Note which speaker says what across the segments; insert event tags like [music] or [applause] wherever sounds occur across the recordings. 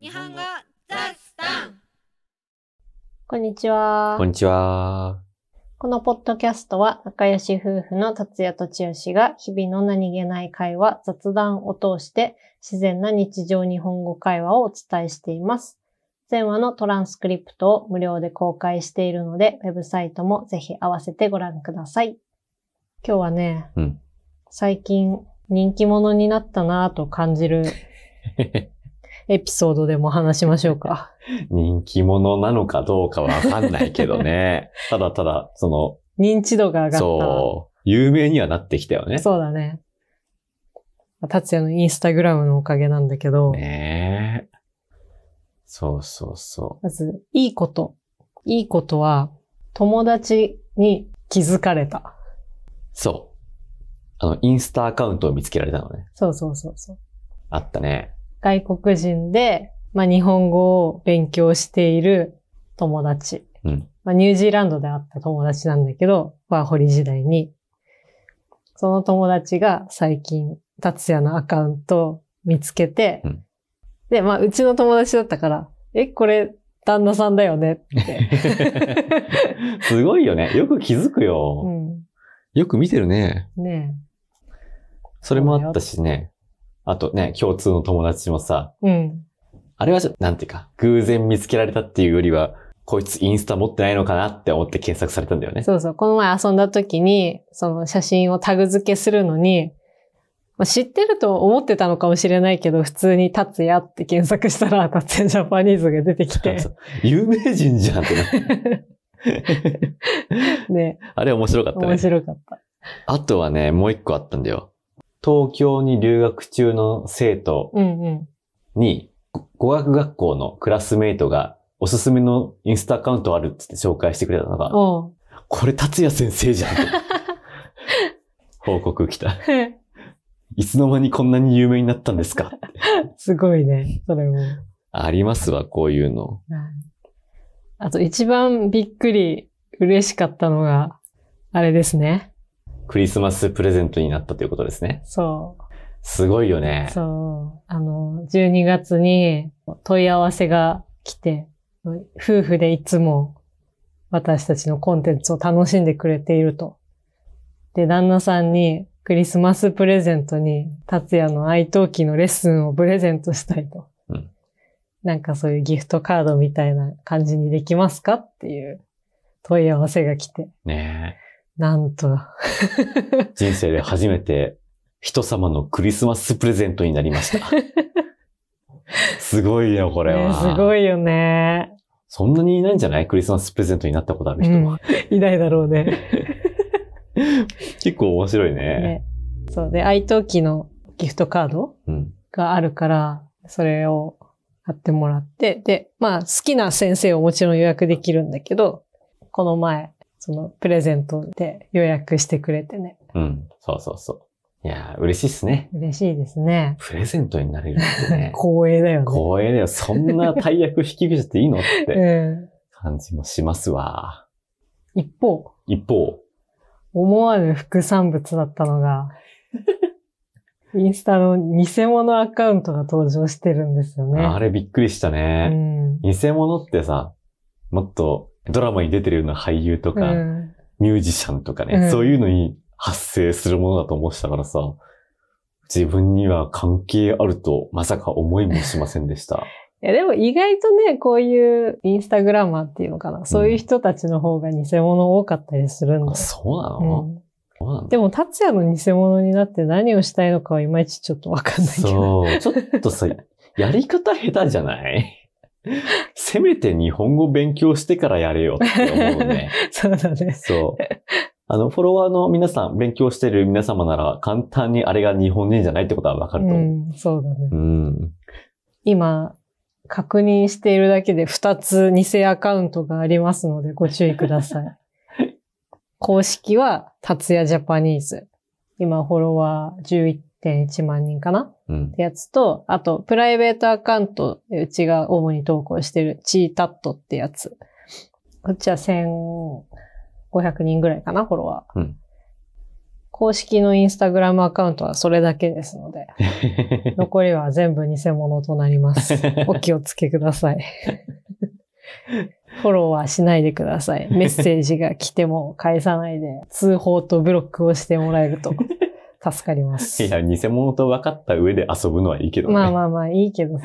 Speaker 1: 日本語ザスタン
Speaker 2: こんにちは
Speaker 3: こん。にちは。
Speaker 2: このポッドキャストは仲良し夫婦の達也と千代が日々の何気ない会話、雑談を通して自然な日常日本語会話をお伝えしています。前話のトランスクリプトを無料で公開しているので、ウェブサイトもぜひ合わせてご覧ください。今日はね、
Speaker 3: うん
Speaker 2: 最近人気者になったなぁと感じるエピソードでも話しましょうか。
Speaker 3: 人気者なのかどうかわかんないけど [laughs] ね。ただただ、そ
Speaker 2: 認知度が上が
Speaker 3: の、
Speaker 2: った。
Speaker 3: そう、有名にはなってきたよね。
Speaker 2: そうだね。達也のインスタグラムのおかげなんだけど、
Speaker 3: ねえ。そうそうそ
Speaker 2: まず、いいこと。いいことは、友達に気づかれた。
Speaker 3: う。そう。あの、インスタアカウントを見つけられたのね。
Speaker 2: そうそうそうそう。
Speaker 3: あった [laughs] ね。
Speaker 2: 外国人で、まあ、日本語を勉強している友達。
Speaker 3: うん
Speaker 2: まあ、ニュージーランドで会った友達なんだけど、ワーホリ時代に。その友達が最近、達也のアカウントを見つけて、
Speaker 3: うん
Speaker 2: で、まあ、うちの友達だったから、え、これ、旦那さんだよね
Speaker 3: [laughs]
Speaker 2: って。
Speaker 3: すごいよね。よく気づく
Speaker 2: う
Speaker 3: よ。
Speaker 2: ん。
Speaker 3: よく見てるね。
Speaker 2: ね
Speaker 3: それもあったしね。あとね、共通の友達もさ、
Speaker 2: え。うん。
Speaker 3: あれはちょっと、なんていうか、偶然見つけられたっていうよりは、こいつインスタ持ってないのかなって思って検索されたんだよね。、
Speaker 2: そうそう。この前遊んだ時に、その写真をタグ付けするのに、まあ、知ってると思ってたのかもしれないけど、普通に達也って検索したら、達也ジャパニーズが出てきて
Speaker 3: そう有名人じゃんって
Speaker 2: [laughs]
Speaker 3: な。
Speaker 2: ね、
Speaker 3: あれ面白かった
Speaker 2: 面
Speaker 3: ね。
Speaker 2: 白かった。
Speaker 3: あとはね、もう一個あったんだよ。東京に留学中の生徒
Speaker 2: うんうん。
Speaker 3: に、語学学校のクラスメイトが、おすすめのインスタアカウントあるっつって紹介してくれたのが、
Speaker 2: おう [laughs]
Speaker 3: これ達也先生じゃんって。報告来た。いつの間にこんなに有名になったんですか
Speaker 2: すごいね、それも。
Speaker 3: ありますわ、こういうの。
Speaker 2: あと一番びっくり、嬉しかったのが、あれですね。
Speaker 3: クリスマスプレゼントになったということですね。
Speaker 2: そう。
Speaker 3: すごいよね。
Speaker 2: そう。あの、12月に問い合わせが来て、夫婦でいつも私たちのコンテンツを楽しんでくれていると。で、旦那さんにクリスマスプレゼントに、達也の愛登記のレッスンをプレゼントしたいと。
Speaker 3: うん
Speaker 2: なんかそういうギフトカードみたいな感じにできますかっていう問い合わせが来て、
Speaker 3: ね
Speaker 2: なんと、
Speaker 3: え人生で初めて人様のクリスマスプレゼントになりました。
Speaker 2: [laughs]
Speaker 3: すごいよ、これは。
Speaker 2: ねすごいよね。
Speaker 3: そんなにいないんじゃないクリスマスプレゼントになったことある
Speaker 2: う
Speaker 3: 人、
Speaker 2: ん、いないだろうね。
Speaker 3: 結構面白いね。
Speaker 2: ね、そう。で、愛登記のギフトカード
Speaker 3: うん。
Speaker 2: があるから、それを買ってもらって、で、まあ、好きな先生をもちろん予約できるんだけど、この前、そのプレゼントで予約してくれてね。
Speaker 3: うん。そうそうそう。いやー、嬉しいっすね。
Speaker 2: 嬉しいですね。。
Speaker 3: プレゼントになれるってね
Speaker 2: [laughs] 光栄だよね。
Speaker 3: 光栄だよ。そんな大役引き受けちゃっていいのって
Speaker 2: う
Speaker 3: 感じもしますわ。
Speaker 2: ん。一方、
Speaker 3: 一方、
Speaker 2: 思わぬ副産物だったの
Speaker 3: [laughs]
Speaker 2: が、インスタの偽物アカウントが登場してるんですよね。
Speaker 3: あれびっくりした
Speaker 2: う
Speaker 3: ね。
Speaker 2: ん。
Speaker 3: 偽物ってさ、もっとドラマに出てるような俳優と
Speaker 2: う
Speaker 3: か、
Speaker 2: ん。
Speaker 3: ミュージシャンとかね、
Speaker 2: うん
Speaker 3: そういうのに発生するものだと思ってたからさ、自分には関係あるとまさか思いもしませんでした。
Speaker 2: いやでも意外とね、こういうインスタグラマーっていうのかな。そういう人たちの方が偽物多かったりするんだ
Speaker 3: あ、。そうな
Speaker 2: う
Speaker 3: の、
Speaker 2: ん、
Speaker 3: そうなんだ
Speaker 2: でも、達也の偽物になって何をしたいのかはいまいちちょっとわかんないけど。
Speaker 3: そう、ちょっとさ、 [laughs] やり方下手じゃないせめて日本語勉強してからやれよって思う
Speaker 2: [laughs]
Speaker 3: ね。
Speaker 2: そうだね。
Speaker 3: そう。あの、フォロワーの皆さん、勉強してる皆様なら、簡単にあれが日本人じゃないってことはわかると
Speaker 2: う
Speaker 3: 思う。
Speaker 2: ん、そうだね。
Speaker 3: うん。
Speaker 2: 今、確認しているだけで2つ偽アカウントがありますのでご注意くださ
Speaker 3: [laughs]
Speaker 2: い。公式は、達也ジャパニーズ。今、フォロワー11.1万人かな
Speaker 3: うん
Speaker 2: っ。てやつと、あと、プライベートアカウントでうちが主に投稿してるチータットってやつ。こっちは1500人ぐらいかな、フォロワー。
Speaker 3: うん
Speaker 2: 公式のインスタグラムアカウントはそれだけです
Speaker 3: [laughs]
Speaker 2: ので、残りは全部偽物となり
Speaker 3: [laughs]
Speaker 2: ます。お気をつけください。フォローはしないでください。メッセージが来ても返さないで、通報とブロックをしてもらえると助かります。
Speaker 3: [laughs] [laughs] いや、偽物と分かった上で遊ぶのはいいけどね。
Speaker 2: まあまあまあ、いいけどさ。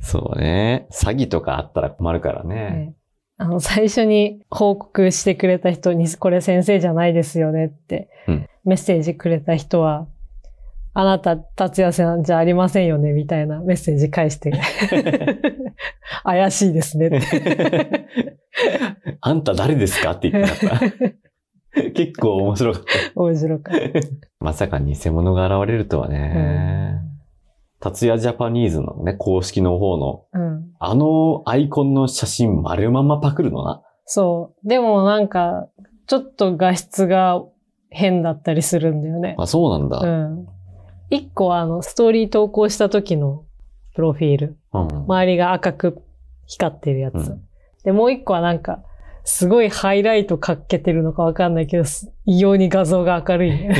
Speaker 3: そうね。詐欺とかあったら困るからね。
Speaker 2: ねあの、最初に報告してくれた人に、これ先生じゃないですよねって、
Speaker 3: うん
Speaker 2: メッセージくれた人は、あなた、達也さんじゃありませんよね、みたいなメッセージ返
Speaker 3: [laughs]
Speaker 2: して、怪しいですねって。
Speaker 3: あんた誰ですかって言って
Speaker 2: [laughs]
Speaker 3: なった。結構面白かった。
Speaker 2: 面白かった。
Speaker 3: まさか偽物が現れるとはね。達也ジャパニーズのね、公式の方の、
Speaker 2: うん。
Speaker 3: あのアイコンの写真丸まんまパクるのな。
Speaker 2: そう。でもなんか、ちょっと画質が変だったりするんだよね。
Speaker 3: あ、そうなんだ。
Speaker 2: うん。一個はあの、ストーリー投稿した時のプロフィール。
Speaker 3: うん
Speaker 2: 周りが赤く光ってるやつ。
Speaker 3: うん
Speaker 2: で、もう一個はなんか、すごいハイライトかけてるのかわかんないけど、す異様に画像が明るい
Speaker 3: [laughs]
Speaker 2: ね。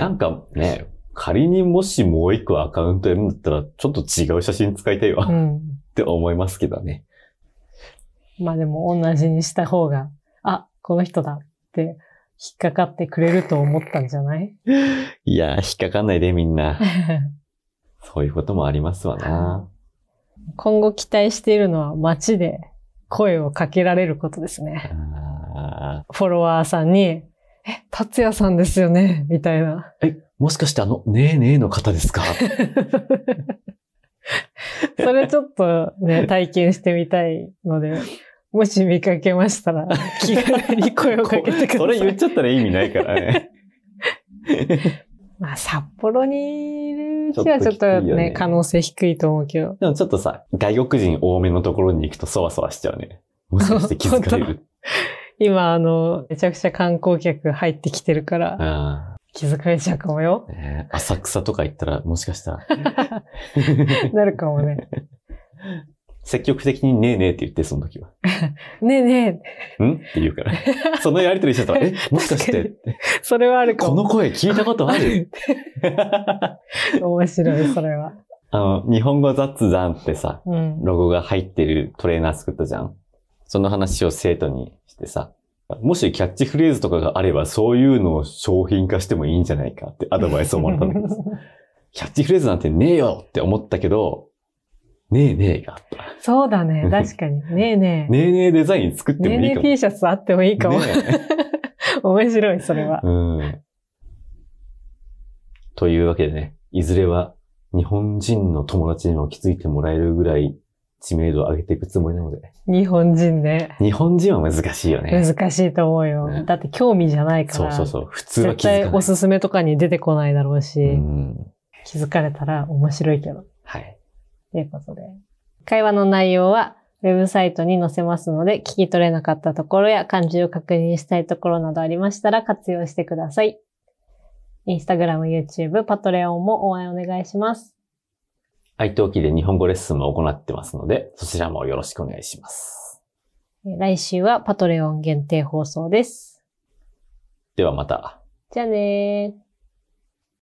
Speaker 3: なんかね、仮にもしもう一個アカウントやるんだったら、ちょっと違う写真使いたいわ
Speaker 2: う
Speaker 3: っ
Speaker 2: ん。
Speaker 3: て思いますけどね。
Speaker 2: まあでも同じにした方が、あ、この人だって引っかかってくれると思ったんじゃない [laughs]
Speaker 3: いやー、引っかかんないでみんな。そういうこともありますわな。
Speaker 2: 今後期待しているのは街で声をかけられることですね。
Speaker 3: あ
Speaker 2: フォロワーさんに、え、達也さんですよねみたいな。
Speaker 3: ーえ、もしかしてあの、ねえねえの方ですか [laughs]
Speaker 2: それちょっとね、体験してみたいので、もし見かけま
Speaker 3: [laughs]
Speaker 2: したら、気軽に [laughs] 声をかけてください。
Speaker 3: それ言っちゃったら意味ないか
Speaker 2: [laughs]
Speaker 3: らね。
Speaker 2: まあ、札幌にいるうちは
Speaker 3: ち
Speaker 2: ち
Speaker 3: ょ
Speaker 2: ょっ
Speaker 3: っときつい
Speaker 2: と
Speaker 3: よね
Speaker 2: ね、可能性低いと思うけど。
Speaker 3: でもちょっとさ、外国人多めのところに行くとそわそわしちゃうね。もしかして気づかれ
Speaker 2: 本
Speaker 3: る。
Speaker 2: 今、あの、めちゃくちゃ観光客入ってきてるから、
Speaker 3: あ
Speaker 2: 気づかれちゃうかもよ
Speaker 3: ー。ねえ浅草とか行ったら、もしかしたら。
Speaker 2: なるかもね。 [laughs]
Speaker 3: 積極的にねえねえって言って、その時は。
Speaker 2: ねえね
Speaker 3: んって言う
Speaker 2: [laughs]
Speaker 3: から。そのやりとりしてたら、え、もしかし
Speaker 2: 確か
Speaker 3: て、
Speaker 2: え、それはあるか
Speaker 3: この
Speaker 2: も。
Speaker 3: 声聞いたことある
Speaker 2: [laughs] 面白い、それは。
Speaker 3: あの、日本語雑談ってさ、
Speaker 2: うん。
Speaker 3: ロゴが入ってるトレーナー作ったじゃん。その話を生徒にしてさ、もしキャッチフレーズとかがあれば、そういうのを商品化してもいいんじゃないかってアドバイスをもらったんだけどさキャッチフレーズなんてねえよって思ったけど、ねえねえがあった。
Speaker 2: [laughs] そうだね、確かに。ねえねえ。
Speaker 3: ねえねえデザイン作っても
Speaker 2: ねえ
Speaker 3: いい
Speaker 2: ね
Speaker 3: か
Speaker 2: え
Speaker 3: も。
Speaker 2: T シャツあってもいいかも。
Speaker 3: ねえ
Speaker 2: 面白い、それは。
Speaker 3: うん。というわけでね、いずれは日本人の友達にも気づいてもらえるぐらい知名度を上げていくつもりなので、
Speaker 2: 日本人ね。
Speaker 3: 日本人は難しいよね。
Speaker 2: 難しいと思うよ。
Speaker 3: ね
Speaker 2: だって興味じゃないか
Speaker 3: そう
Speaker 2: ら。
Speaker 3: そうそう。普通は
Speaker 2: 絶
Speaker 3: 気づ
Speaker 2: 対
Speaker 3: かな
Speaker 2: お
Speaker 3: い。
Speaker 2: すすめとかに出てこないだろうし、
Speaker 3: うん。
Speaker 2: 気づかれたら面白いけど。
Speaker 3: はい。
Speaker 2: ということで。会話の内容は、ウェブサイトに載せますので、聞き取れなかったところや漢字を確認したいところなどありましたら活用してください。インスタグラム、YouTube、パトレオンも応援お願いします。
Speaker 3: 愛登記で日本語レッスンも行ってますので、そちらもよろしくお願いします。
Speaker 2: え来週はパトレオン限定放送です。
Speaker 3: ではまた。
Speaker 2: じゃあねー。